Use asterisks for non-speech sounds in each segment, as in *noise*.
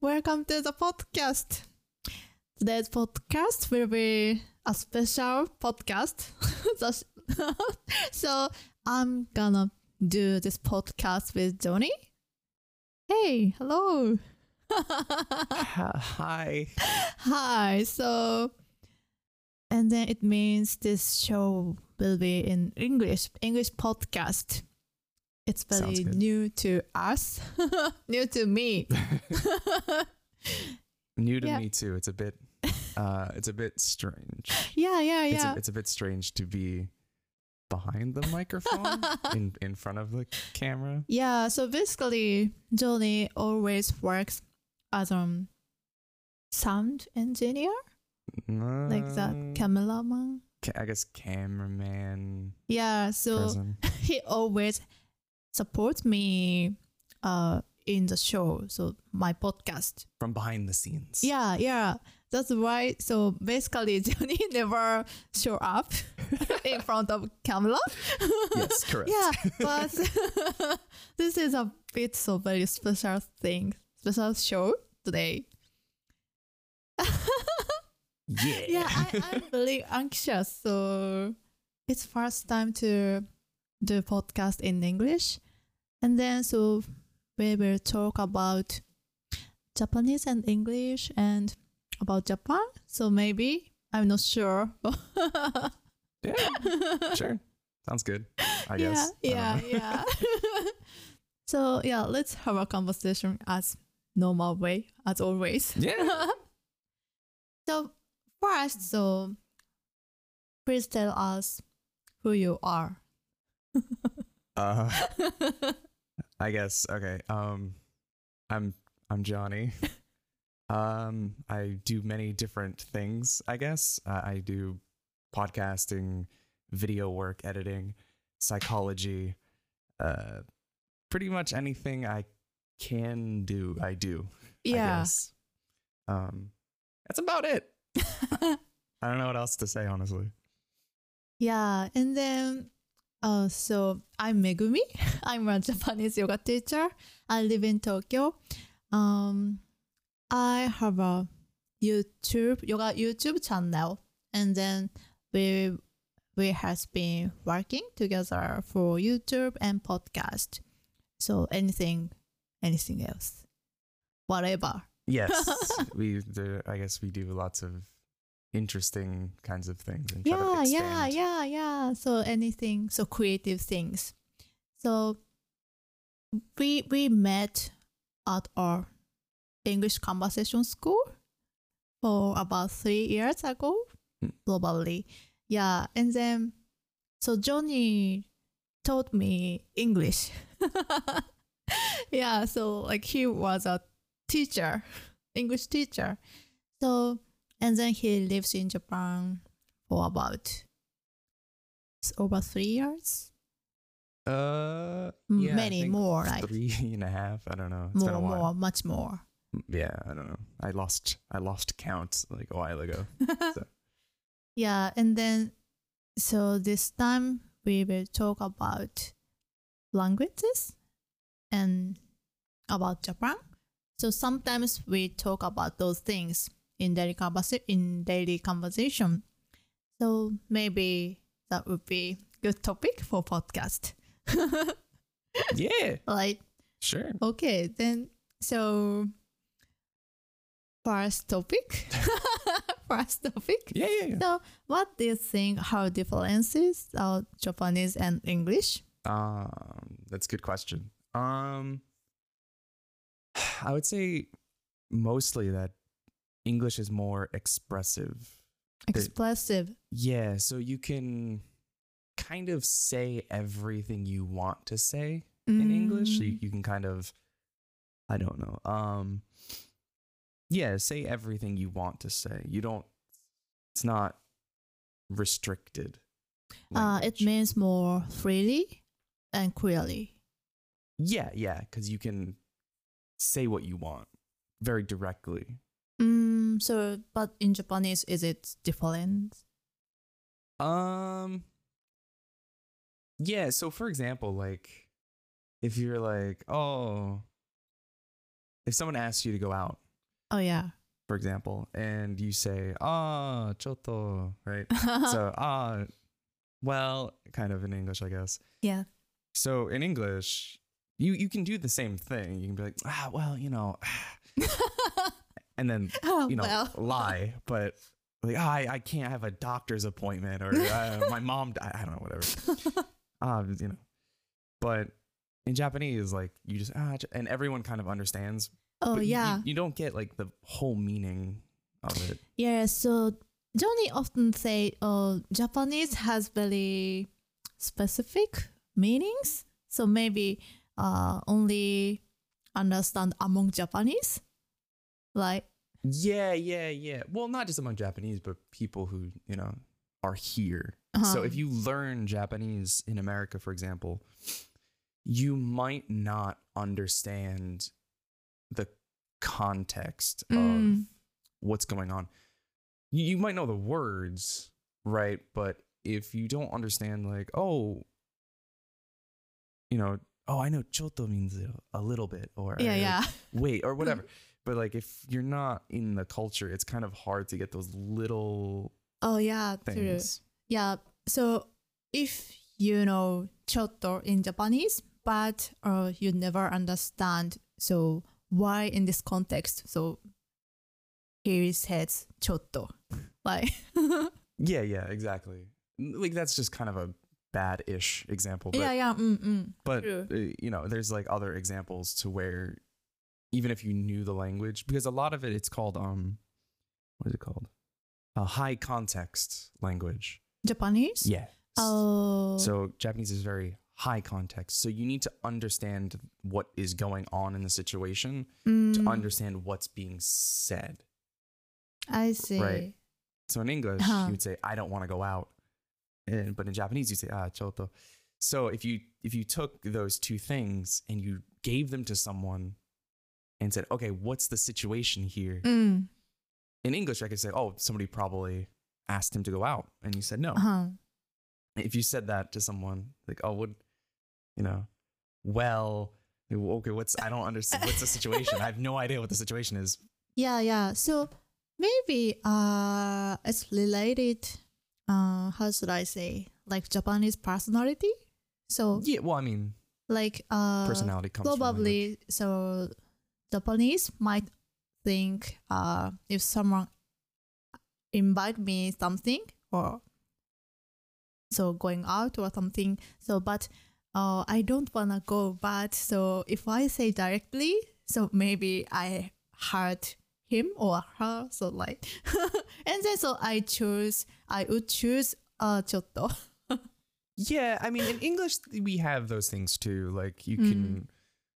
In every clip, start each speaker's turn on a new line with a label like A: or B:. A: Welcome to the podcast. Today's podcast will be a special podcast. *laughs* So sh- so I'm gonna do this podcast with Johnny. Hey, hello. *laughs*
B: Hi.
A: Hi. So, and then it means this show will be in English, English podcast. It's
B: Sounds
A: very
B: good.
A: new to us, *laughs* new to me.
B: *laughs*
A: *laughs*
B: New to
A: Yeah.
B: me too. It's a bit uh it's a bit strange.
A: yeah, yeah,
B: It's,
A: yeah.
B: *laughs* a, it's a bit strange to be behind the
A: *laughs*
B: microphone in in front of the camera.
A: yeah, so basically, Johnny always works as um sound engineer, like
B: Uh,
A: that cameraman.
B: ca- I guess cameraman
A: Yeah, so
B: person.
A: *laughs* he always supports me uh in the show so my podcast
B: from behind the scenes.
A: yeah yeah that's why so basically *laughs* johnny never show up in front of camera
B: *laughs* Yes, correct.
A: yeah but *laughs* this is a bit so very special thing special show today *laughs*
B: Yeah.
A: yeah
B: Eh.
A: I, i'm really anxious so it's first time to do podcast in english and then so we will talk about japanese and english and about japan so maybe i'm not sure
B: *laughs*
A: *laughs*
B: Yeah, Sure. Sounds good. I guess. I don't
A: yeah yeah
B: know. *laughs*
A: yeah *laughs* so yeah let's have a conversation as normal way as always *laughs*
B: *laughs* Yeah.
A: so first, so please tell us who you are.
B: Uh *laughs* I guess. Okay. Um, I'm I'm
A: *laughs*
B: Johnny. um, I do many different things. I guess uh, I do podcasting, video work, editing, psychology, uh, pretty much anything I can do. I do. I
A: yeah.
B: guess. Um, that's about it.
A: *laughs*
B: I don't know what else to say honestly.
A: Yeah. And then uh so I'm Megumi. *laughs* I'm a Japanese yoga teacher. I live in Tokyo. Um I have a YouTube yoga YouTube channel and then we we has been working together for YouTube and podcast. So anything anything else. Whatever.
B: Yes, we. Do, I guess we do lots of interesting kinds of things and try to
A: yeah yeah
B: expand.
A: yeah yeah so anything so creative things so we we met at our english conversation school for about three years ago
B: Mm.
A: probably yeah and then so johnny taught me english *laughs* yeah so like he was a teacher english teacher so and then he lives in japan for about s- over three years.
B: Uh,
A: Mm,
B: yeah, I
A: many
B: think
A: more, like
B: three *laughs* and a half. I don't know. It's been
A: more,
B: a while.
A: more, much more. *laughs*
B: M- Yeah, I don't know. I lost. I lost count like a while
A: *laughs*
B: ago.
A: Yeah, and then so this time we will talk about languages and about Japan. So sometimes we talk about those things in daily conversa- in daily conversation. So maybe that would be good topic for podcast. *laughs*
B: yeah,
A: like
B: sure.
A: Okay, then so first topic. *laughs* first topic.
B: Yeah, yeah. yeah.
A: So, what do you think? How differences are Japanese and English?
B: Um, that's a good question. Um, *sighs* I would say mostly that English is more expressive.
A: Expressive.
B: Yeah, so you can kind of say everything you want to say in English. You,
A: Mm,
B: you can kind of, I don't know. Um, yeah, say everything you want to say. You don't. It's not restricted.
A: Uh, it
B: language.
A: means more freely and clearly.
B: yeah, yeah, because you can say what you want very directly.
A: Mm, so, but in Japanese, is it different?
B: Um. Yeah. So, for example, like, if you're like, oh, if someone asks you to go out,
A: Oh yeah.
B: for example, and you say ah choto, right? so ah, well, kind of in English, I guess.
A: *laughs* yeah.
B: So in English, you you can do the same thing. You can be like ah, well, you know, *sighs* and then
A: Oh
B: you
A: *laughs*
B: know
A: well.
B: lie, but like ah, I I can't have a doctor's
A: *laughs*
B: appointment or uh, my mom. di- I don't know, whatever. um, you know. But in Japanese, like you just ah, ch- and everyone kind of understands.
A: oh
B: but you-
A: yeah.
B: you, you don't get like the whole meaning of it.
A: Yeah, so Johnny often say oh Japanese has very specific meanings. So maybe uh only understand among Japanese. Like
B: Yeah, yeah, yeah. Well, not just among Japanese, but people who you know are here. So if
A: Um,
B: you learn Japanese in America, for example, you might not understand the context of
A: Mm.
B: what's going on. You, you might know the words, right? But if you don't understand, like, oh, you know, oh, I know choto means a- a little bit, or
A: Yeah,
B: like,
A: yeah. *laughs*
B: wait, or whatever. but like, if you're not in the culture, it's kind of hard to get those little
A: Oh yeah, true.
B: things.
A: Yeah. So if you know chotto in Japanese, but uh, you never understand, so why in this context? So here it says chotto. *laughs* Like
B: Yeah, yeah, exactly. N- Like that's just kind of a bad ish example, but
A: yeah, yeah, mm, mm.
B: but
A: true.
B: uh, you know, there's like other examples to where even if you knew the language, because a lot of it, it's called um, what is it called? A high context language.
A: Japanese.
B: Yeah.
A: Oh.
B: So Japanese is very high context. So you need to understand what is going on in the situation to
A: mm,
B: understand what's being said.
A: I see.
B: Right. So in English,
A: Huh.
B: you would say, "I don't want to go out," and, but in Japanese, you say, "Ah, choto." So if you if you took those two things and you gave them to someone and said, "Okay, what's the situation here?"
A: Mm,
B: In English, I could say, "Oh, somebody probably asked him to go out," and you said no.
A: huh.
B: If you said that to someone, like, "Oh, what," you know, well, okay, what's I don't understand. What's the situation? I have no idea what the situation is.
A: *laughs* Yeah, yeah. So maybe uh, it's related. Uh, how should I say? Like Japanese personality. So
B: Yeah, well, I mean,
A: like uh,
B: personality comes from language.
A: probably so Japanese might think uh, if someone invite me something or so going out or something. So but uh, I don't wanna go. But so if I say directly, so maybe I hurt him or her. So like, *laughs* and then so I choose. I would choose. Uh, ちょっと.
B: Yeah, I mean, in English th- we have those things too. Like you
A: Mm.
B: can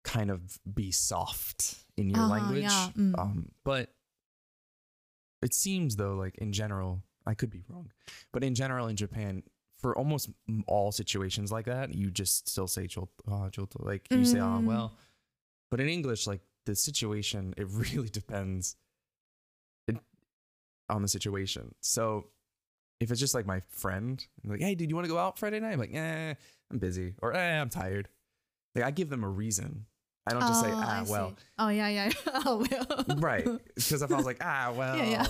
B: kind of be soft in your
A: Uh-huh,
B: language,
A: yeah, mm.
B: um, but it seems though, like in general, I could be wrong, but in general, in Japan, for almost m- all situations like that, you just still say "choto," ah, "choto," like you say "ah
A: Mm.
B: well," but in English, like the situation, it *laughs* really depends it- on the situation. So if it's just like my friend, I'm like, hey, dude, you want to go out Friday night? I'm like, eh, I'm busy or eh, I'm tired. Like I give them a reason. I don't
A: *laughs*
B: just say,
A: Oh,
B: ah,
A: I see.
B: well,
A: Oh yeah, yeah. *laughs* oh *laughs* well.
B: right. Because if I was like, ah, well,
A: yeah,
B: *laughs*
A: yeah.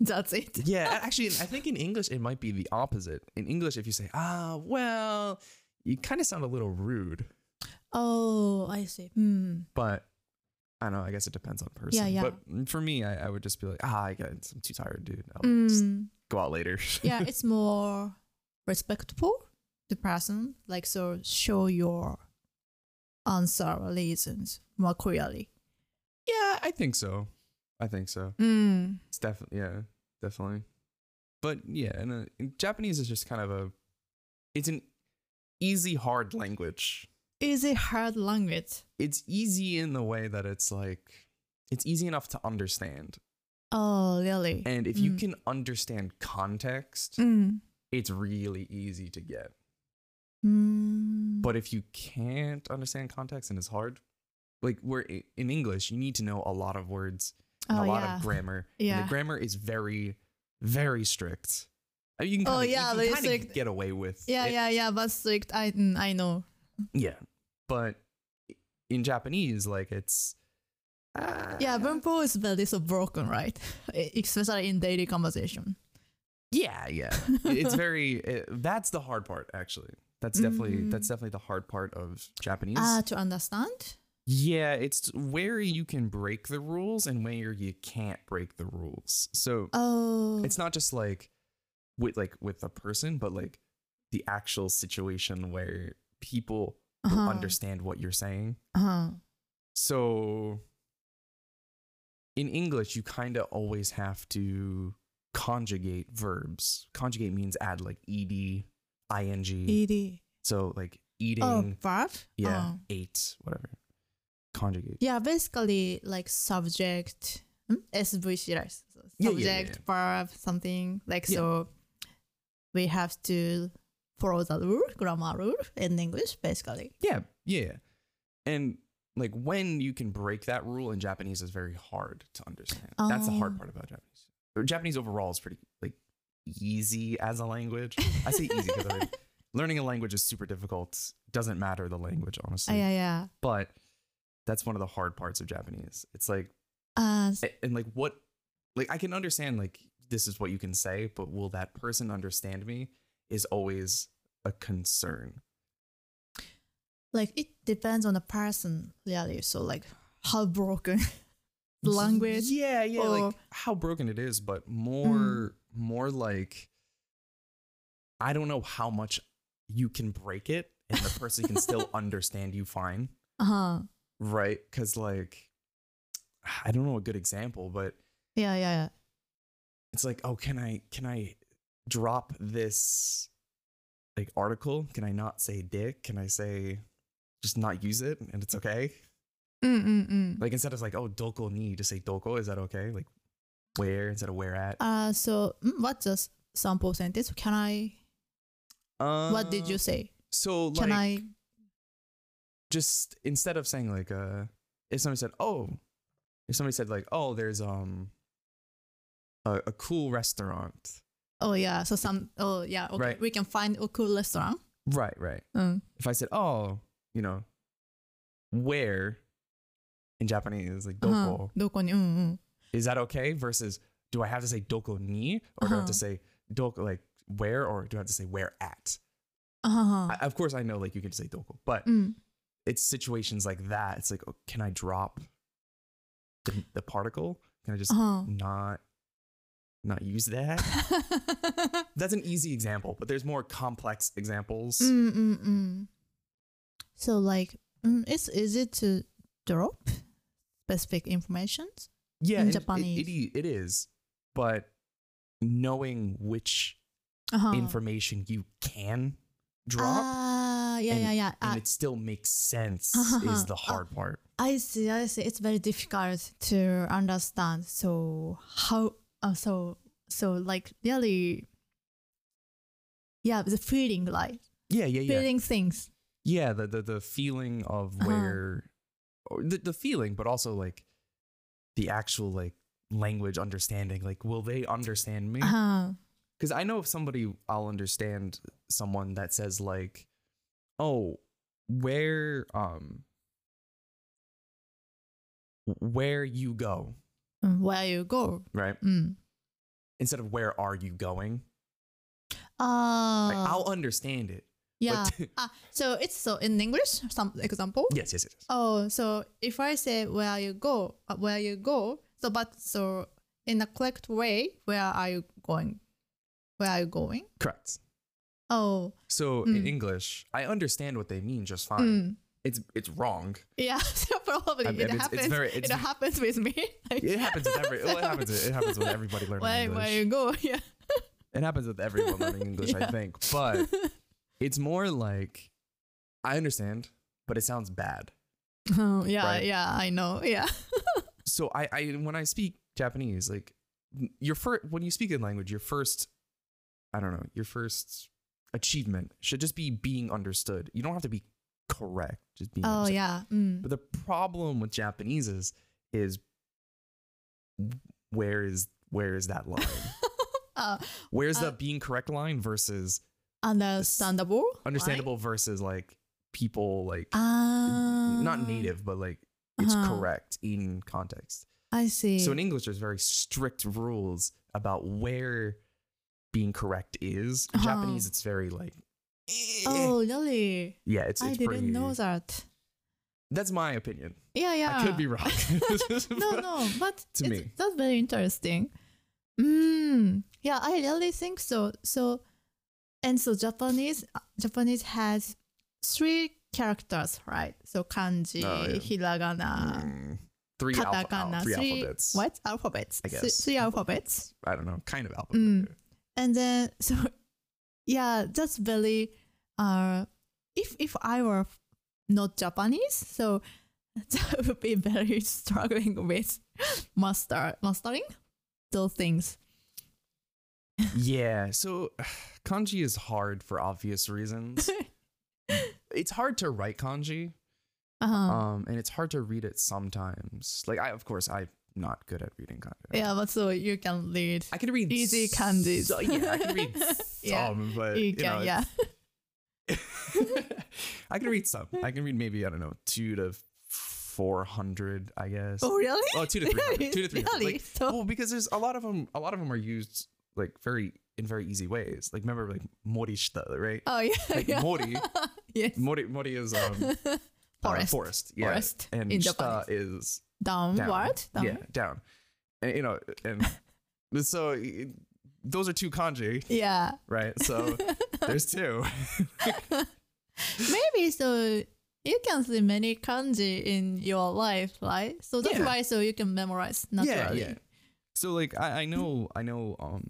A: That's it.
B: yeah, a- actually, I think in English it might be the opposite. In English, if you say, ah, well, you kind of sound a little rude,
A: Oh, I see. Hmm.
B: but I don't know. I guess it depends on person.
A: Yeah, yeah.
B: But for me, I, I would just be like, ah, I guess I'm too tired, dude. I'll just *laughs*
A: Mm.
B: go out later.
A: yeah, it's more respectful to person. Like so, show your answer or reasons more clearly.
B: yeah, I think so. I think so.
A: Mm.
B: It's definitely yeah, definitely. But yeah, and uh, in Japanese is just kind of a it's an easy hard language.
A: Is it hard language?
B: It's easy in the way that it's like it's easy enough to understand.
A: Oh, really?
B: And if you
A: Mm.
B: can understand context,
A: Mm.
B: it's really easy to get.
A: Mm.
B: But if you can't understand context and it's hard, like we're i- in English, you need to know a lot of words and
A: Oh,
B: a lot
A: yeah.
B: of grammar. And
A: Yeah.
B: the grammar is very, very strict. I mean, you can
A: Oh,
B: kinda,
A: yeah,
B: you
A: very
B: can kinda
A: strict.
B: get away with
A: yeah,
B: it.
A: yeah, yeah. But strict. I mm, I know.
B: Yeah. But in Japanese, like it's Ah,
A: Yeah, bunpo is very so broken, right? *laughs* Especially in daily conversation. *laughs*
B: yeah, yeah. It's very. It, that's the hard part, actually. That's definitely
A: Mhm.
B: that's definitely the hard part of Japanese.
A: Ah, to understand.
B: yeah, it's where you can break the rules and where you can't break the rules. So
A: Oh,
B: it's not just like with like with a person, but like the actual situation where people don't
A: Uh-huh.
B: understand what you're saying.
A: Uh-huh.
B: So in English, you kind of always have to conjugate verbs. Conjugate means add like E ed, ing.
A: Ed.
B: So like eating,
A: E Oh, verb.
B: yeah,
A: Oh.
B: ate, whatever. Conjugate.
A: Yeah, basically like subject, hmm? SV series. So
B: Yeah, yeah,
A: Subject,
B: yeah,
A: verb, something like
B: Yeah.
A: so. We have to follow the rule, grammar rule in English, basically.
B: Yeah, yeah. And like when you can break that rule in Japanese is very hard to understand. That's the hard
A: Oh.
B: part about Japanese. Or Japanese overall is pretty like easy as a language. I say easy because
A: *laughs*
B: I mean, learning a language is super difficult. Doesn't matter the language, honestly.
A: Ah, yeah, yeah.
B: But that's one of the hard parts of Japanese. It's like
A: Uh, s-
B: a- and like what like I can understand like this is what you can say, but will that person understand me is always a concern.
A: like it depends on the person, really. So like how broken *laughs* the language.
B: Yeah, yeah,
A: or- Mm.
B: like how broken it is, but more more like I don't know how much you can break it and the person can
A: *laughs*
B: still understand you fine,
A: Uh huh.
B: right? Cuz like I don't know a good example, but
A: Yeah, yeah, yeah.
B: it's like, "Oh, can I can I drop this like article? Can I not say dick? Can I say just not use it and it's okay?"
A: Mm mm mm.
B: Like instead of like, "Oh, doko ni," just say doko, is that okay? Like where instead of where at?
A: Uh, so mm, what's a s- sample sentence? Can I?
B: Uh,
A: what did you say?
B: So like,
A: Can I?
B: just instead of saying like, uh, if somebody said, oh, if somebody said like, oh, there's um, a, a cool restaurant.
A: Oh yeah. So some. Oh yeah. Okay.
B: Right.
A: We can find a cool restaurant.
B: Right, right.
A: Mm.
B: If I said, oh, you know, where in Japanese like
A: Uh-huh.
B: doko,
A: どこに、うんうん。
B: is that okay? Versus, do I have to say doko ni or do I have
A: Uh-huh.
B: to say doko like where or do I have to say where at?
A: あはは
B: I, of course, I know like you can say doko, but
A: うん。
B: it's situations like that. It's like, oh, can I drop the, the particle? Can I just
A: あ *laughs*
B: *laughs*
A: は
B: not not use that? That's an easy example, but there's more complex examples.
A: うんうんうん。So like, mm, it's easy to drop specific information.
B: yeah,
A: in
B: and it-
A: Japanese.
B: it, i- it is, but knowing which
A: あ
B: Uh-huh.
A: は
B: information you can drop
A: Uh. Ah, yeah, yeah, yeah.
B: and
A: Ah,
B: it still makes
A: *laughs*
B: sense is
A: Uh-huh.
B: the hard part.
A: I see, I see. It's very difficult to understand. So how? Uh, so so like really, yeah, the feeling, like
B: Yeah, yeah, yeah,
A: feeling things.
B: yeah. The the, the feeling of
A: Uh-huh.
B: where, or the the feeling, but also like the actual like language understanding. Like, will they understand me?
A: Uh huh.
B: because I know if somebody I'll understand someone that says like, "Oh, where um, where you go,"
A: Mm, Where you go? Mm.
B: right?
A: うん。
B: Instead of where are you going,
A: Ah.
B: like, I'll understand it.
A: Yeah.
B: But
A: Ah, so it's so in English, some example.
B: *laughs* yes, yes, yes.
A: Oh, so if I say where you go, uh, where you go, so but so in the correct way, where are you going? Where are you going?
B: Correct.
A: Oh,
B: So in
A: Mm.
B: English, I understand what they mean just fine.
A: mm.
B: It's it's
A: *laughs*
B: wrong.
A: yeah, so probably
B: I mean,
A: it
B: it's- it's
A: happens.
B: very- it's
A: it
B: very-
A: happens with me. *laughs* Like,
B: It happens with every. well, it happens. It happens with everybody learning
A: where,
B: English.
A: where you go? *laughs* Yeah.
B: It happens with
A: *laughs*
B: everyone learning English, I
A: Yeah.
B: think. But it's more like I understand, but it sounds bad.
A: *laughs* Oh, yeah,
B: Right.
A: yeah, I know. Yeah.
B: so I, I when I speak Japanese, like your first when you speak a language, your first I don't know, your first achievement should just be being understood. You don't have to be correct, just being
A: Oh,
B: understood.
A: yeah. Mm.
B: But the problem with Japanese is is where is where is that line?
A: *laughs* Uh,
B: Where's
A: Uh,
B: the being correct line versus
A: understandable. right?
B: understandable versus like people like
A: Ah.
B: not native but like it's
A: Uh-huh.
B: correct in context.
A: I see.
B: So in English, there's very strict rules about where being correct is. In
A: Uh-huh.
B: Japanese, it's very like. eh.
A: oh, really?
B: yeah, it's.
A: I
B: it's
A: didn't
B: pretty,
A: know that.
B: That's my opinion.
A: Yeah, yeah.
B: I could be wrong.
A: *laughs*
B: *laughs*
A: no, no, but
B: To
A: it's-
B: me.
A: that's very interesting. Mm, yeah, I really think so. So, and so Japanese uh, Japanese has three characters, right? So kanji,
B: Oh, yeah.
A: hiragana,
B: Mm, three alpha- al-
A: Uh, katakana,
B: three
A: three
B: alphabets.
A: what alphabets?
B: I
A: Three-
B: guess.
A: three alphabets.
B: I don't know. Kind of alphabet.
A: Mm.
B: yeah.
A: and then *laughs* so yeah that's very uh if if i were not japanese so *laughs* that would be very *laughs* struggling with master mastering those things
B: yeah. So, *sighs* kanji is hard for
A: *laughs*
B: obvious reasons. it's hard to write kanji,
A: uh-huh.
B: um, and it's hard to read it sometimes. Like I, of course, I'm not good at reading kanji.
A: yeah but so you can read
B: I can read
A: Easy kanjis.
B: So, yeah, I can read
A: *laughs* Yeah.
B: some, but
A: you
B: uh, you
A: can
B: know,
A: yeah
B: *laughs* I can read some. I can read maybe I don't know two to four hundred, I guess.
A: *laughs* oh really
B: Oh, *laughs* two to three hundred. two to three
A: *laughs*
B: hundred.
A: really?
B: Like, oh,
A: so,
B: well, because there's a lot of them. A lot of them are used like very in very easy ways. Like remember like morishita, right?
A: oh yeah, *laughs*
B: like
A: yeah.
B: mori,
A: yes
B: mori, mori is um uh,
A: Forest.
B: forest, yeah,
A: Forest
B: and
A: in
B: shita
A: Japanese.
B: is
A: downward down.
B: yeah, down. And, you know, and *laughs* so it- those are two kanji,
A: yeah
B: right?
A: *laughs*
B: So there's two.
A: maybe so you can see many kanji in your life right so that's
B: Yeah.
A: why so you can memorize
B: yeah,
A: naturally
B: yeah. So like I, I know I know um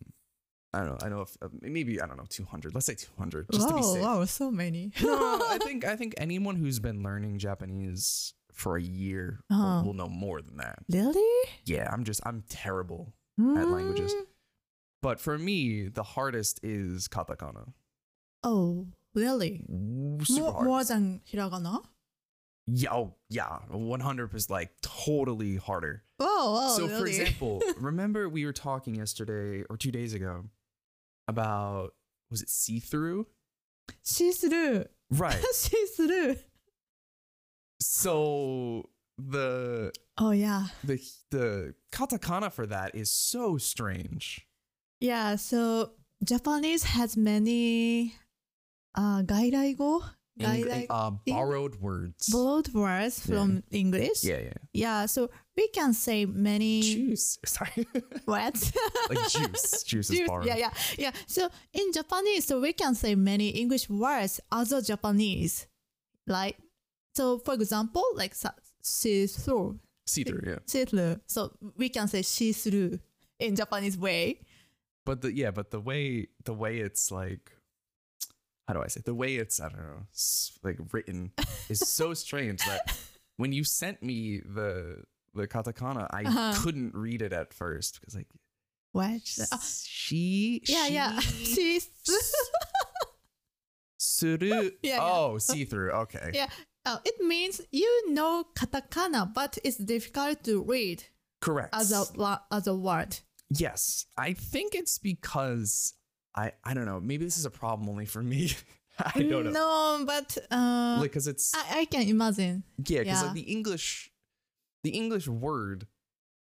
B: I don't know I know if uh, maybe I don't know 200. Let's say 200 just to be
A: wow,
B: safe.
A: wow, so many.
B: *laughs* No, I think I think anyone who's been learning Japanese for a year will-
A: Uh-huh.
B: will, know more than that.
A: *laughs* Really? Mm.
B: Yeah, I'm just I'm terrible.
A: At
B: languages. But for me, the hardest is katakana.
A: Oh, really?
B: Ooh, Super
A: More,
B: hard.
A: more than hiragana?
B: Yeah, oh, yeah, 100 is like totally harder.
A: Wow, wow,
B: so,
A: Oh, really? *laughs*
B: for example, remember we were talking yesterday or two days ago about was it see through?
A: see through. *laughs*
B: Right.
A: see through.
B: so the
A: Oh yeah,
B: the the katakana for that is so strange.
A: yeah. So Japanese has many, uh, gairaigo,
B: Eng-
A: gairaigo,
B: uh,
A: in-
B: borrowed words.
A: borrowed words
B: Yeah.
A: from English.
B: yeah, yeah.
A: Yeah, so we can say many
B: Juice. *laughs* Sorry.
A: *laughs* words.
B: like juice. Juice is
A: Juice.
B: borrowed.
A: Yeah, yeah, yeah. So in Japanese, so we can say many English words other Japanese, like so. For example, like sa- see through,
B: See through, yeah.
A: see through. So we can say see through in Japanese way.
B: but the yeah but the way the way it's like how do i say it? the way it's i don't know s- like written
A: *laughs*
B: is so strange that when you sent me the the katakana i
A: Uh-huh.
B: couldn't read it at first because like
A: What? Oh,
B: she
A: yeah,
B: she,
A: yeah. *laughs* See through.
B: s-
A: *laughs*
B: suru
A: Yeah, yeah.
B: oh see through okay
A: Yeah. Oh, it means you know katakana, but it's difficult to read
B: correct
A: as a la- as a word.
B: yes i think it's because i i don't know maybe this is a problem only for me *laughs* i don't know
A: No, but uh,
B: like because it's
A: I, I can imagine.
B: Yeah, because
A: Yeah.
B: like the English, the English word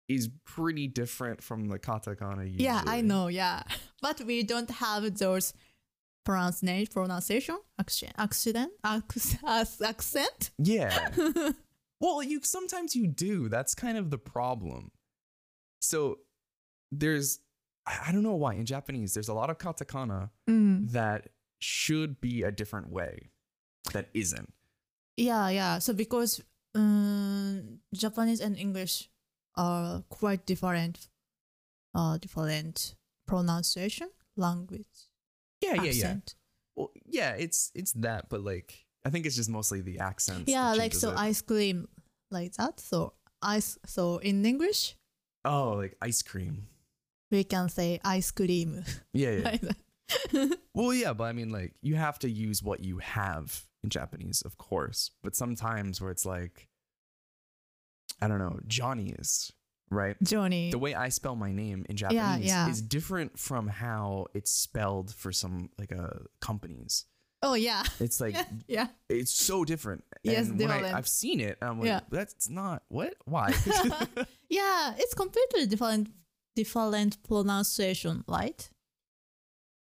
B: is pretty different from the katakana. Usually.
A: Yeah, I know. Yeah, but we don't have those pronunciation, pronunciation, action, accident, acc- ac- accent. *laughs*
B: Yeah. well, you sometimes you do. That's kind of the problem. So there's, I I don't know why in Japanese there's a lot of katakana
A: Mm.
B: that should be a different way, that isn't.
A: Yeah, yeah. So because um, Japanese and English are quite different, uh, different pronunciation, language,
B: Yeah, yeah, yeah.
A: accent.
B: Well, yeah, it's it's that, but like I think it's just mostly the accents.
A: Yeah,
B: that
A: like
B: changes
A: so
B: it.
A: ice cream, like that. So ice. So in English,
B: oh like ice cream.
A: we can say ice cream. *laughs*
B: Yeah, yeah.
A: like that.
B: Well, yeah, but I mean, like, you have to use what you have in Japanese, of course. But sometimes where it's like, I don't know, Johnny's, right?
A: Johnny.
B: The way I spell my name in Japanese
A: yeah.
B: is different from how it's spelled for some, like, uh, companies.
A: Oh yeah. *laughs*
B: It's like
A: Yeah.
B: it's so different.
A: Yes,
B: and when I,
A: different.
B: I've seen it. and I'm like,
A: Yeah.
B: that's not what.
A: *laughs*
B: Why? *laughs*
A: Yeah, it's completely different different pronunciation, right?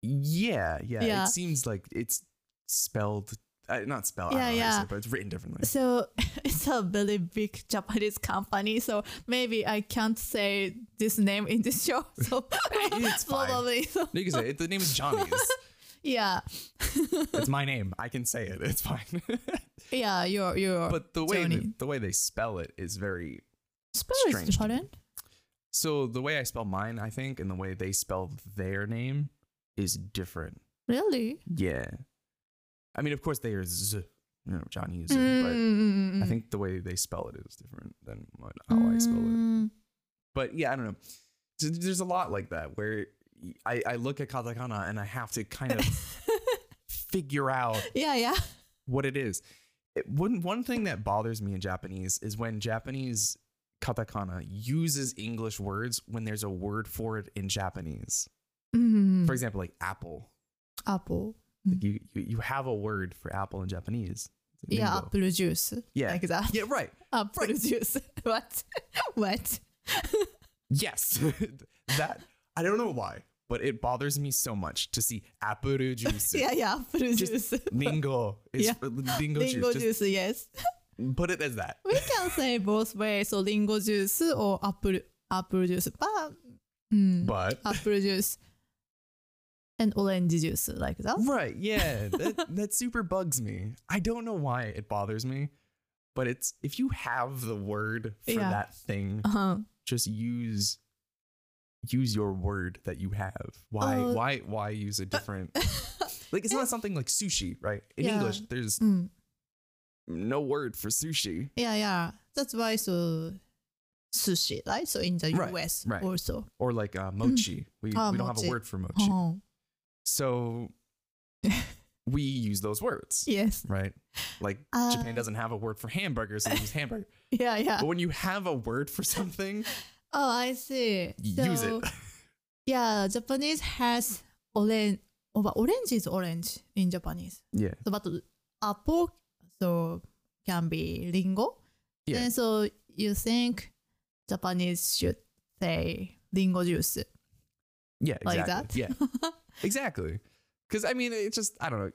B: yeah, yeah,
A: Yeah.
B: It seems like it's spelled. Uh, not spelled,
A: Yeah,
B: I don't know how to say
A: yeah.
B: it, but it's written differently.
A: So *laughs* it's a very big Japanese company, so maybe I can't say this name in this show. *laughs* So
B: It's fine.
A: probably so,
B: You can say it. The name is Johnny's.
A: *laughs* yeah.
B: it's my name. I can say it. It's fine. *laughs*
A: Yeah, you're you're
B: but the way
A: Johnny.
B: the, the way they spell it is very.
A: spell is
B: strange to me.
A: different.
B: So the way I spell mine, I think, and the way they spell their name is different.
A: Really?
B: Yeah. I mean, of course, they are z, you know, Johnny's, but I
A: I
B: think the way they spell it is different than what, how I spell
A: Mm.
B: it. But yeah, I don't know. Th- There's a lot like that where I, I look at katakana and I have to kind of figure out
A: *laughs* Yeah, yeah.
B: what it is. It, one one thing that bothers me in Japanese is when Japanese katakana uses English words when there's a word for it in Japanese.
A: Mm.
B: For example, like apple.
A: apple.
B: Like you, you you have a word for apple in Japanese. It's like
A: Yeah,
B: mango.
A: apple juice.
B: Yeah.
A: Like that.
B: Yeah, right.
A: Apple
B: *laughs*
A: juice. what? *laughs* what?
B: Yes. *laughs* that I don't know why, but it bothers me so much to see apple
A: *laughs*
B: juice.
A: Yeah, yeah, apple
B: Just
A: juice.
B: Lingo is
A: Yeah.
B: lingo,
A: Lingo
B: juice. Just
A: juice, yes.
B: put it as that.
A: *laughs* We can say both ways, so lingo juice or apple apple juice. But mm,
B: But
A: apple juice and orange juice like that.
B: Right. Yeah. That, that super bugs me. I don't know why it bothers me, but it's if you have the word for
A: Yeah.
B: that thing,
A: Uh-huh. *laughs*
B: just use use your word that you have. Why
A: Oh.
B: why why use a different like it's not something like sushi, right? In
A: eh. Yeah.
B: English, there's
A: Mm.
B: no word for sushi.
A: Yeah, yeah. That's why so sushi, right? So in the
B: Right,
A: US
B: right.
A: also.
B: Or like uh, mochi. We,
A: Ah,
B: we don't have
A: mochi.
B: a word for mochi.
A: Uh-huh. *laughs*
B: So we use those words.
A: Yes. *laughs*
B: Right? Like
A: Uh,
B: Japan doesn't have a word for hamburgers, so they
A: *laughs*
B: use hamburger.
A: Yeah, yeah.
B: but when you have a word for something,
A: Oh, I see.
B: y- use
A: So,
B: *laughs* it.
A: Yeah, Japanese has orange. Oh, but orange is orange in Japanese.
B: Yeah.
A: So, but apple so can be lingo.
B: Yeah.
A: And so you think Japanese should say lingo juice?
B: Yeah.
A: Like
B: Exactly.
A: *laughs*
B: Yeah. Exactly. Because I mean, it just I don't know.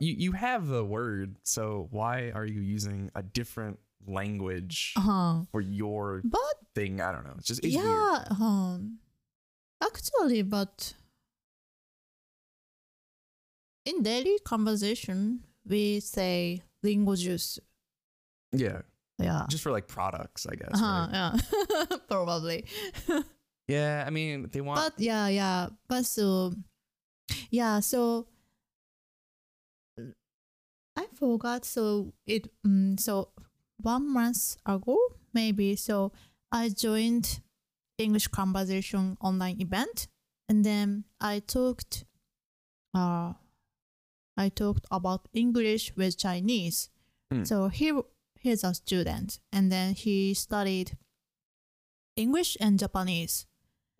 B: You you have the word, so why are you using a different language
A: Uh-huh.
B: for your
A: But
B: thing? I don't know. It's just it's weird.
A: yeah, um, actually, but in daily conversation we say lingo juice.
B: Yeah.
A: Yeah.
B: Just for like products, I guess.
A: Uh-huh,
B: right?
A: Yeah, *laughs* probably.
B: Yeah. I mean, they want.
A: But yeah, yeah. But so, yeah. So I forgot. So it. Um, so one month ago, maybe. So I joined English conversation online event, and then I talked. Uh, I talked about English with Chinese.
B: Mm.
A: So he he's a student, and then he studied English and Japanese.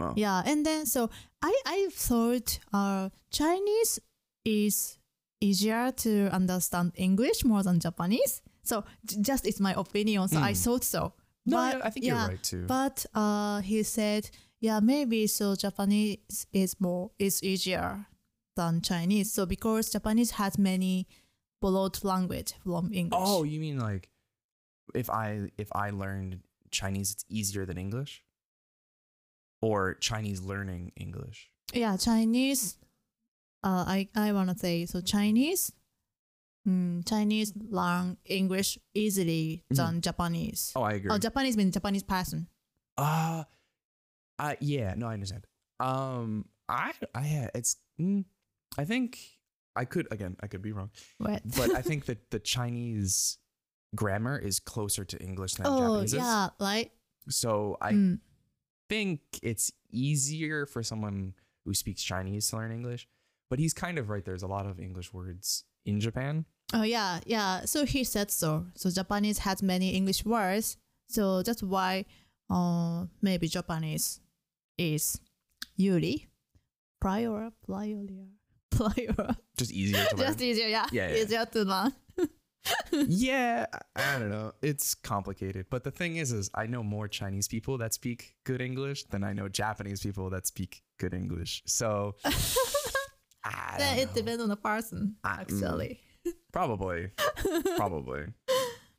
B: well,
A: Yeah, and then so I I thought uh Chinese is easier to understand English more than Japanese. So j- just it's my opinion. So I
B: Mm.
A: thought so.
B: No,
A: but-
B: yeah, I think
A: yeah,
B: you're right too.
A: But uh he said yeah maybe so Japanese is more is easier than Chinese. So because Japanese has many borrowed language from English.
B: oh, you mean like if I if I learned Chinese, it's easier than English, or Chinese learning English?
A: yeah chinese uh i i want to say so chinese mm, chinese learn english easily than japanese
B: Mm-hmm. Oh, I agree.
A: oh japanese means japanese person
B: Uh uh yeah, no, I understand. Um I I yeah, it's mm, I think I could again, I could be wrong,
A: right
B: but I think that the Chinese grammar is closer to English
A: *laughs*
B: than
A: oh
B: Japanese
A: yeah like
B: is. So I
A: mm,
B: think it's easier for someone who speaks Chinese to learn English, but he's kind of right. There's a lot of English words in Japan.
A: oh yeah yeah so he said so so japanese has many english words so that's why uh maybe japanese is yuri prior *laughs* prior player.
B: Just easier
A: *laughs*
B: to learn.
A: Just easier, yeah.
B: Yeah, yeah.
A: Easier to learn.
B: yeah, I I don't know. It's complicated. But the thing is, is I know more Chinese people that speak good English than I know Japanese people that speak good English.
A: *laughs*
B: So I
A: then
B: don't
A: it
B: know.
A: depends on the person,
B: Ah, mm.
A: actually. *laughs*
B: Probably, probably.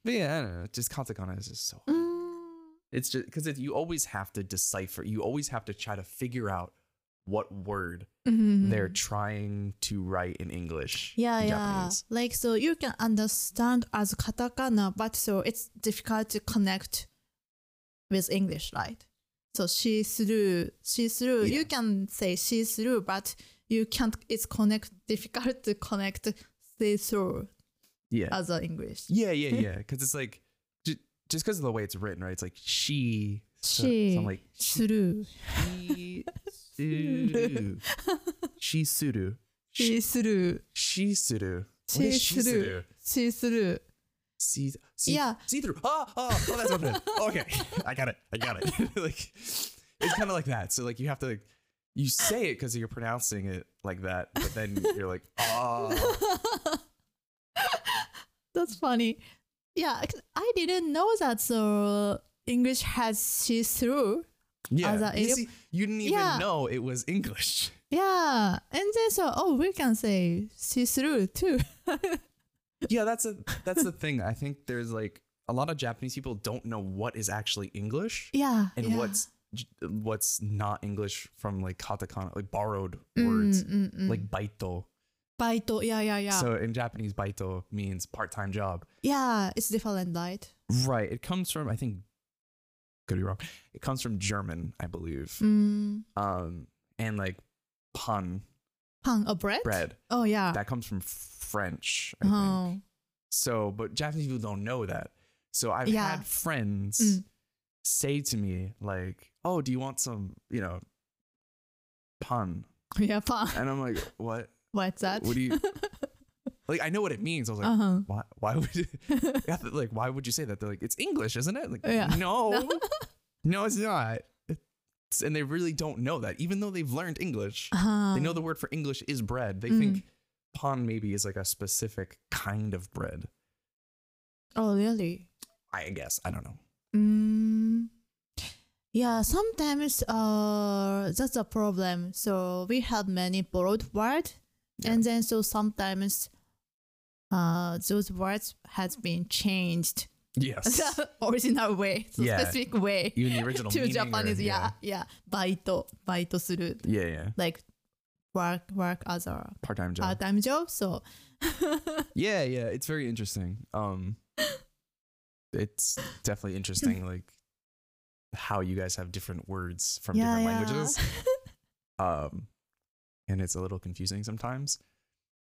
B: But yeah, I don't know. Just katakana is just so.
A: Mm,
B: It's just because it, you always have to decipher. You always have to try to figure out what word
A: mhm.
B: they're trying to write in English.
A: yeah,
B: in
A: yeah.
B: Japanese.
A: Like so, you can understand as katakana, but so it's difficult to connect with English, right? So she through, she through.
B: Yeah.
A: You can say she through, but you can't. It's connect difficult to connect see through
B: Yeah.
A: as a English.
B: Yeah, yeah, yeah. Because it's like j- just because of the way it's written, right? It's like she. so- so
A: She
B: I'm like
A: through. *laughs*
B: she suru. She suru.
A: She through.
B: She suru. What
A: She
B: is she
A: through.
B: suru?
A: She through.
B: See, see,
A: Yeah.
B: see through. Oh, oh, oh, that's what it is. Okay, *laughs* I got it. I got it. *laughs* like it's kind of like that. So like you have to like you say it because you're pronouncing it like that, but then you're like, oh,
A: *laughs* *laughs* That's funny. Yeah, I- I didn't know that. So English has she through. As
B: yeah.
A: a
B: You
A: idiom?
B: see, you didn't even
A: Yeah.
B: know it was English.
A: Yeah, and then so oh, we can say she through too. *laughs*
B: yeah that's a that's the thing i think there's like a lot of japanese people don't know what is actually english
A: yeah.
B: and
A: yeah.
B: what's j- what's not english from like katakana like borrowed
A: Mm,
B: words
A: mm, mm.
B: like baito
A: baito? Yeah, yeah, yeah.
B: so in japanese baito means part-time job
A: yeah, it's different, right?
B: right it comes from i think could be wrong it comes from german i believe
A: Mm,
B: um and like pun
A: pan or bread?
B: bread
A: Oh yeah.
B: that comes from french I think.
A: oh.
B: So, but Japanese people don't know that. So I've
A: Yeah.
B: had friends
A: Mm.
B: say to me like, "Oh, do you want some, you know, pun?"
A: Oh, *laughs* Yeah, pan.
B: And I'm like, "What?
A: What's that?
B: What do
A: *laughs*
B: you like? I know what it means." I was like,
A: uh *laughs* huh.
B: "Why? Why would? *laughs* I got the- like, why would you say that?" They're like, "It's English, isn't it?" Like,
A: Yeah. *laughs*
B: no, no, it's not. It's, and they really don't know that, even though they've learned English.
A: Uh-huh.
B: They
A: Uh.
B: know the word for English is bread. They think
A: Mm.
B: pun maybe is like a specific kind of bread.
A: Oh really?
B: I guess I don't know.
A: Mm, yeah, sometimes uh, that's a problem. So we have many borrowed words,
B: Yeah.
A: and then so sometimes uh, those words has been changed *laughs*
B: Yes.
A: the original way, the
B: Yeah.
A: specific way
B: Even the original
A: *laughs* to
B: meaning
A: Japanese.
B: or-
A: yeah, yeah, baito, baito suru,
B: Yeah, yeah.
A: like work, work as a
B: Part time job.
A: part-time job. So
B: yeah, yeah. It's very interesting.
A: *laughs*
B: Um it's definitely interesting, like how you guys have different words
A: *laughs*
B: from
A: yeah,
B: different
A: yeah.
B: languages. Um and it's a little confusing sometimes.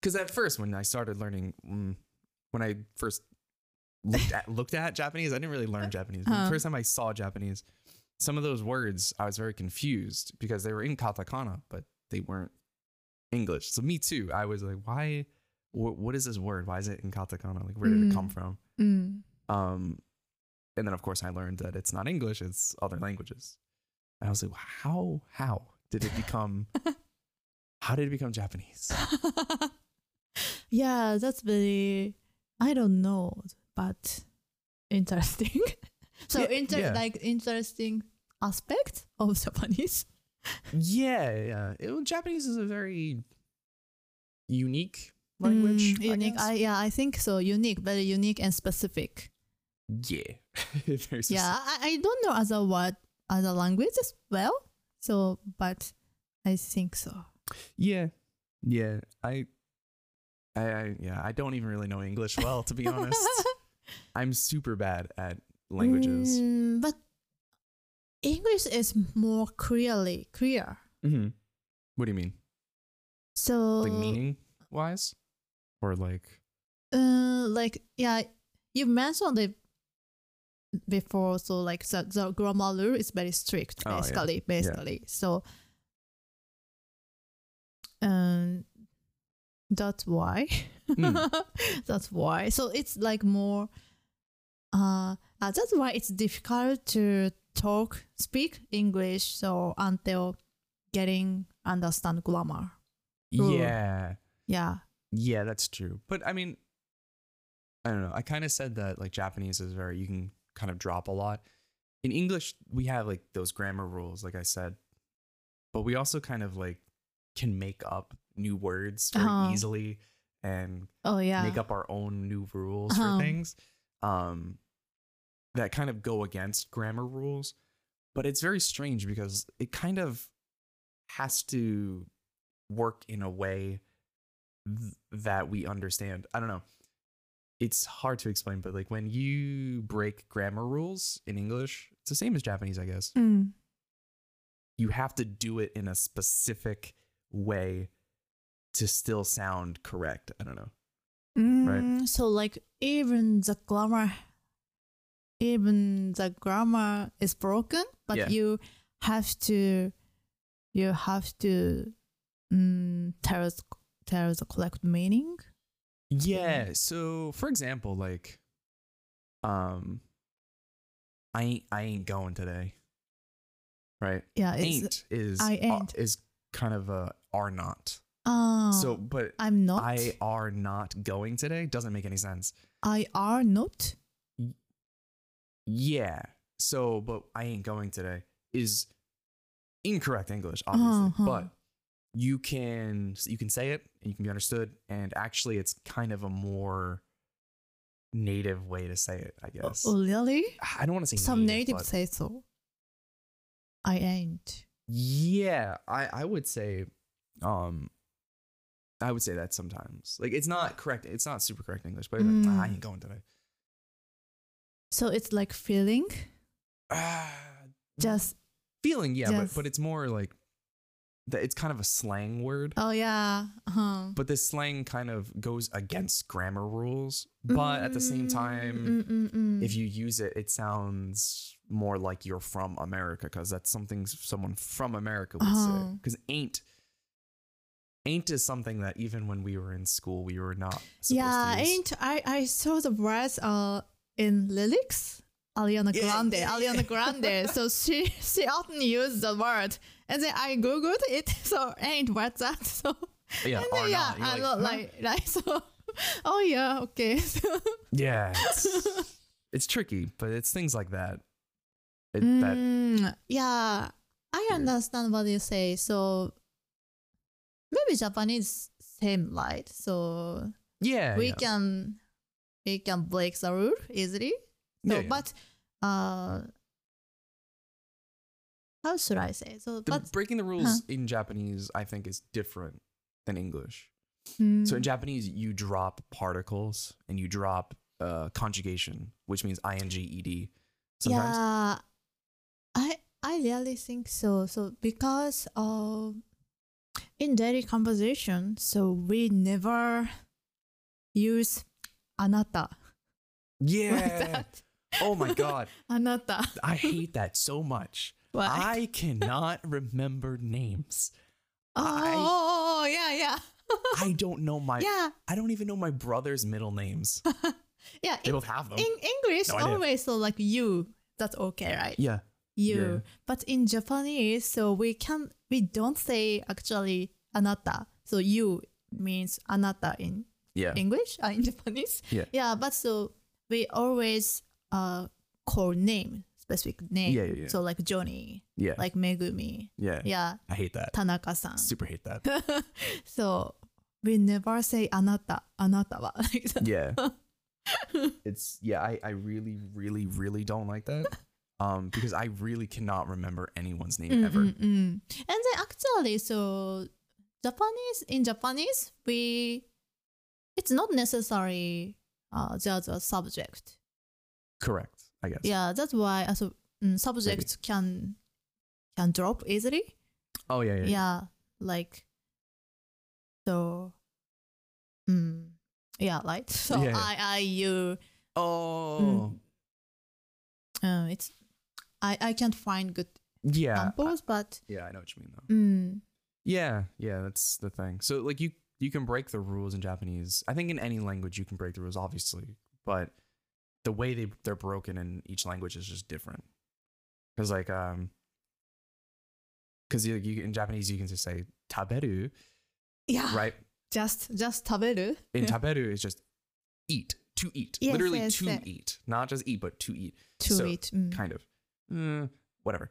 B: Cause at first when I started learning mm, when I first looked at looked at Japanese, I didn't really learn Japanese. but
A: Huh.
B: The first time I saw Japanese, some of those words I was very confused because they were in katakana, but they weren't English. So me too. I was like, why? Wh- what is this word? Why is it in katakana? Like, where did it come
A: Mm.
B: from?
A: Mm.
B: Um, and then of course I learned that it's not English; it's other languages. And I was like, how? How did it
A: *laughs*
B: become? how did it become Japanese?
A: *laughs* yeah, that's very I don't know, but interesting. *laughs* so
B: Yeah,
A: inter-
B: yeah.
A: like interesting aspect of *laughs* Japanese.
B: yeah, yeah. It- Japanese is a very unique language.
A: Mm, unique.
B: guess.
A: I, yeah, I think so. Unique, very unique and specific.
B: yeah. *laughs* very specific.
A: Yeah, I, I don't know other word other language as well. So, but I think so.
B: Yeah. Yeah. I, I, I yeah, I don't even really know English well, to be
A: *laughs*
B: honest. I'm super bad at languages.
A: Mm, but English is more clearly clear.
B: Mm-hmm. What do you mean?
A: So
B: Like meaning wise? Or like
A: Uh, like yeah, you mentioned it before. So like the, the grammar rule is very strict,
B: Oh, yeah.
A: basically, basically. So, um, that's why.
B: Hmm.
A: *laughs* that's why. So it's like more. Uh, uh, that's why it's difficult to talk, speak English. So until getting understand grammar. Ooh.
B: Yeah.
A: Yeah.
B: Yeah, that's true. But I mean, I don't know. I kind of said that like Japanese is very, you can kind of drop a lot. In English, we have like those grammar rules, like I said, but we also kind of like can make up new words very
A: Uh-huh.
B: easily and
A: Oh yeah.
B: make up our own new rules
A: Uh-huh.
B: for things um, that kind of go against grammar rules. But it's very strange because it kind of has to work in a way th- that we understand. I don't know. It's hard to explain, but like when you break grammar rules in English, it's the same as Japanese, I guess.
A: Mm.
B: You have to do it in a specific way to still sound correct. I don't know.
A: Mm, So like even the grammar, even the grammar is broken, but
B: Yeah.
A: you have to, you have to, mm, tell us tell the correct meaning.
B: Yeah. So, for example, like, um, I ain't I ain't going today. Right.
A: Yeah. It's,
B: Ain't is
A: I
B: uh,
A: ain't.
B: is kind of a are not.
A: Uh,
B: So, but
A: I'm not.
B: I are not going today doesn't make any sense.
A: I are not.
B: Yeah. So, but I ain't going today is incorrect English, obviously.
A: Uh-huh.
B: But you can you can say it and you can be understood, and actually, it's kind of a more native way to say it, I guess.
A: Oh, really?
B: I don't want to say
A: Some
B: native,
A: natives
B: but-
A: say so. I ain't.
B: Yeah, I I would say, um, I would say that sometimes. Like it's not correct. It's not super correct English, but like, "Ah, I
A: Mm.
B: ain't going today.
A: So it's like feeling,
B: Ah,
A: just
B: feeling, yeah,
A: Yes.
B: but but it's more like that. It's kind of a slang word,
A: oh yeah, uh-huh.
B: but this slang kind of goes against grammar rules. But at the same
A: Mm,
B: time,
A: Mm-hmm.
B: if you use it, it sounds more like you're from America because that's something s- someone from America would say.
A: Oh.
B: Because ain't ain't is something that even when we were in school, we were not. Supposed
A: yeah,
B: to use.
A: ain't I I saw the words uh in lyrics. Ariana
B: Yeah,
A: Grande,
B: yeah, yeah.
A: Ariana Grande.
B: *laughs*
A: so she she often used the word, and then I googled it. *laughs* So ain't what's that? *laughs* So
B: yeah,
A: and
B: are
A: then, yeah,
B: not.
A: I not
B: You're like, huh?
A: like like so. *laughs* Oh yeah, okay. *laughs*
B: yeah. It's, it's tricky, but it's things like that. It, that
A: Mm, yeah, I
B: Weird.
A: understand what you say. So maybe Japanese same, right? So
B: yeah,
A: we
B: yeah.
A: can we can break the rule easily.
B: Yeah,
A: So,
B: yeah.
A: but uh, how should I say? So,
B: the,
A: but
B: breaking the rules in Japanese, I think, is different than English. So in
A: mm,
B: Japanese, you drop particles and you drop uh, conjugation, which means ing ed. E Sometimes.
A: yeah, I I really think so. So because uh, in daily conversation, so we never use anata
B: Yeah.
A: *laughs* like that. *laughs*
B: Oh my god,
A: Anata.
B: I hate that so much.
A: Why?
B: I cannot remember
A: *laughs*
B: names.
A: oh,
B: I-
A: oh, oh, yeah, yeah,
B: I don't know my.
A: yeah,
B: I don't even know my brother's
A: *laughs*
B: middle names.
A: yeah.
B: They
A: In,
B: both have them.
A: in English,
B: No idea.
A: always so like you. That's okay, right?
B: yeah.
A: you.
B: Yeah.
A: But in Japanese, so we can we don't say actually anata. So you means anata in
B: Yeah.
A: English uh, in *laughs* Japanese.
B: Yeah.
A: Yeah, but so we always uh call name specific name.
B: Yeah, yeah, yeah.
A: So like Johnny,
B: Yeah.
A: like Megumi,
B: yeah.
A: yeah,
B: I hate that.
A: Tanaka-san.
B: Super hate
A: *laughs*
B: that.
A: so we never say anata, anata wa *laughs* like that.
B: Yeah. it's yeah, I, I really, really, really don't like that. Um, because I really cannot remember anyone's name
A: Mm,
B: ever.
A: mm, mm. And then actually, so Japanese in Japanese, we it's not necessary uh, just a subject.
B: Correct, I guess.
A: Yeah, that's why uh, so, mm, subjects can can drop easily.
B: Oh yeah, yeah.
A: Yeah, like so. Mm, yeah, right. *laughs* So
B: Yeah.
A: I I you. Mm.
B: Oh
A: Uh, it's I I can't find good
B: yeah.
A: examples, but
B: Yeah, I know what you mean though.
A: mm,
B: Yeah, yeah, that's the thing. So like you you can break the rules in Japanese. I think in any language you can break the rules, obviously, but the way they they're broken in each language is just different. Because like um, because you, you in Japanese you can just say taberu,
A: yeah.
B: right?
A: Just just 食べる
B: In taberu, it's just eat, to eat,
A: Yes,
B: literally
A: yes,
B: to
A: yes.
B: eat, not just eat, but to eat,
A: to
B: So,
A: eat. うん。
B: kind of, Mm, whatever,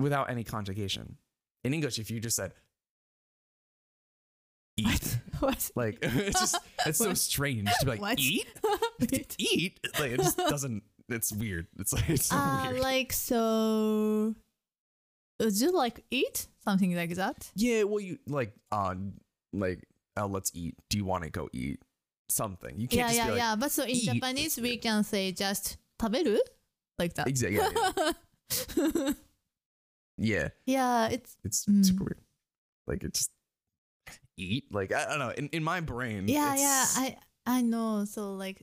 B: without any conjugation. In English, if you just said eat,
A: *laughs* What?
B: *laughs* like it's just it's so
A: What?
B: strange to be
A: *laughs*
B: like
A: What?
B: eat,
A: Eat.
B: *laughs* eat, like it just doesn't. It's weird. It's like it's so
A: Uh,
B: weird.
A: like so would you like eat something like that?
B: yeah, well, you like on like oh, let's eat. Do you want to go eat something? You can't
A: Yeah,
B: just
A: yeah,
B: be like
A: yeah. But so in
B: eat.
A: Japanese we can say just 食べる like that.
B: exactly. Yeah,
A: *laughs*
B: yeah, yeah.
A: yeah, it's
B: It's
A: Mm.
B: super weird. Like it just eat. Like I, I don't know. In, in my brain,
A: yeah, yeah.
B: Mm, it's-
A: I I know. So like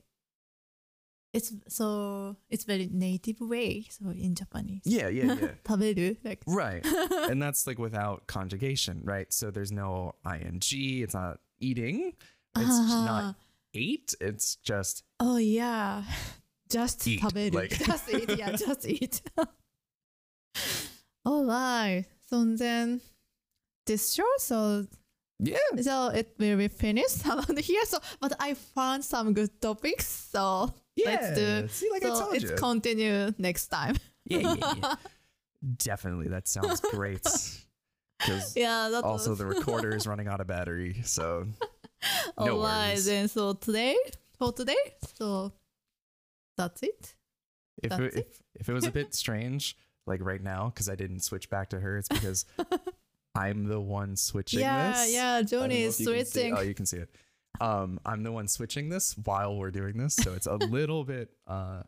A: it's so it's very native way. So in Japanese.
B: yeah, yeah,
A: *laughs*
B: yeah.
A: 食べる like *laughs*
B: right, and that's like without conjugation, right? So there's no ing. It's not eating. It's
A: Ah. *laughs*
B: not ate. It's just
A: Oh yeah. *laughs* Just
B: Eat,
A: 食べる。
B: like-
A: *laughs* Just eat. Yeah, just eat. *laughs* Oh, All right. So then this show so
B: yeah.
A: so it will be finished *laughs* around here. So but I found some good topics. So let's do
B: See, like I
A: so
B: told
A: it's
B: you.
A: continue next time. *laughs*
B: yeah, yeah, yeah. Definitely, that sounds
A: *laughs*
B: great. 'Cause
A: yeah, that
B: also
A: was
B: the recorder is running out of battery,
A: *laughs*
B: so
A: all
B: no
A: right
B: worries.
A: then. So today for today, so that's it.
B: if
A: That's
B: it,
A: it.
B: if if it was a bit strange, like right now, because I didn't switch back to her,
A: *laughs*
B: it's because I'm the one switching
A: yeah,
B: this.
A: yeah.
B: I don't know
A: Johnny
B: if
A: is
B: you can see-
A: switching.
B: Oh, you can see it. Um, I'm the one switching this while we're doing this,
A: *laughs*
B: so it's a little bit uh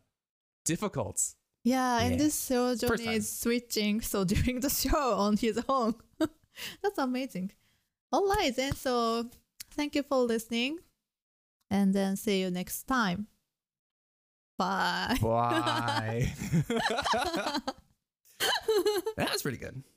B: difficult.
A: Yeah, and
B: Yeah.
A: this show Johnny
B: time.
A: is switching so *laughs* during the show on his own. *laughs* That's amazing. All right, then. So thank you for listening, and then see you next time. Bye. *laughs*
B: *laughs* Why? That's pretty good.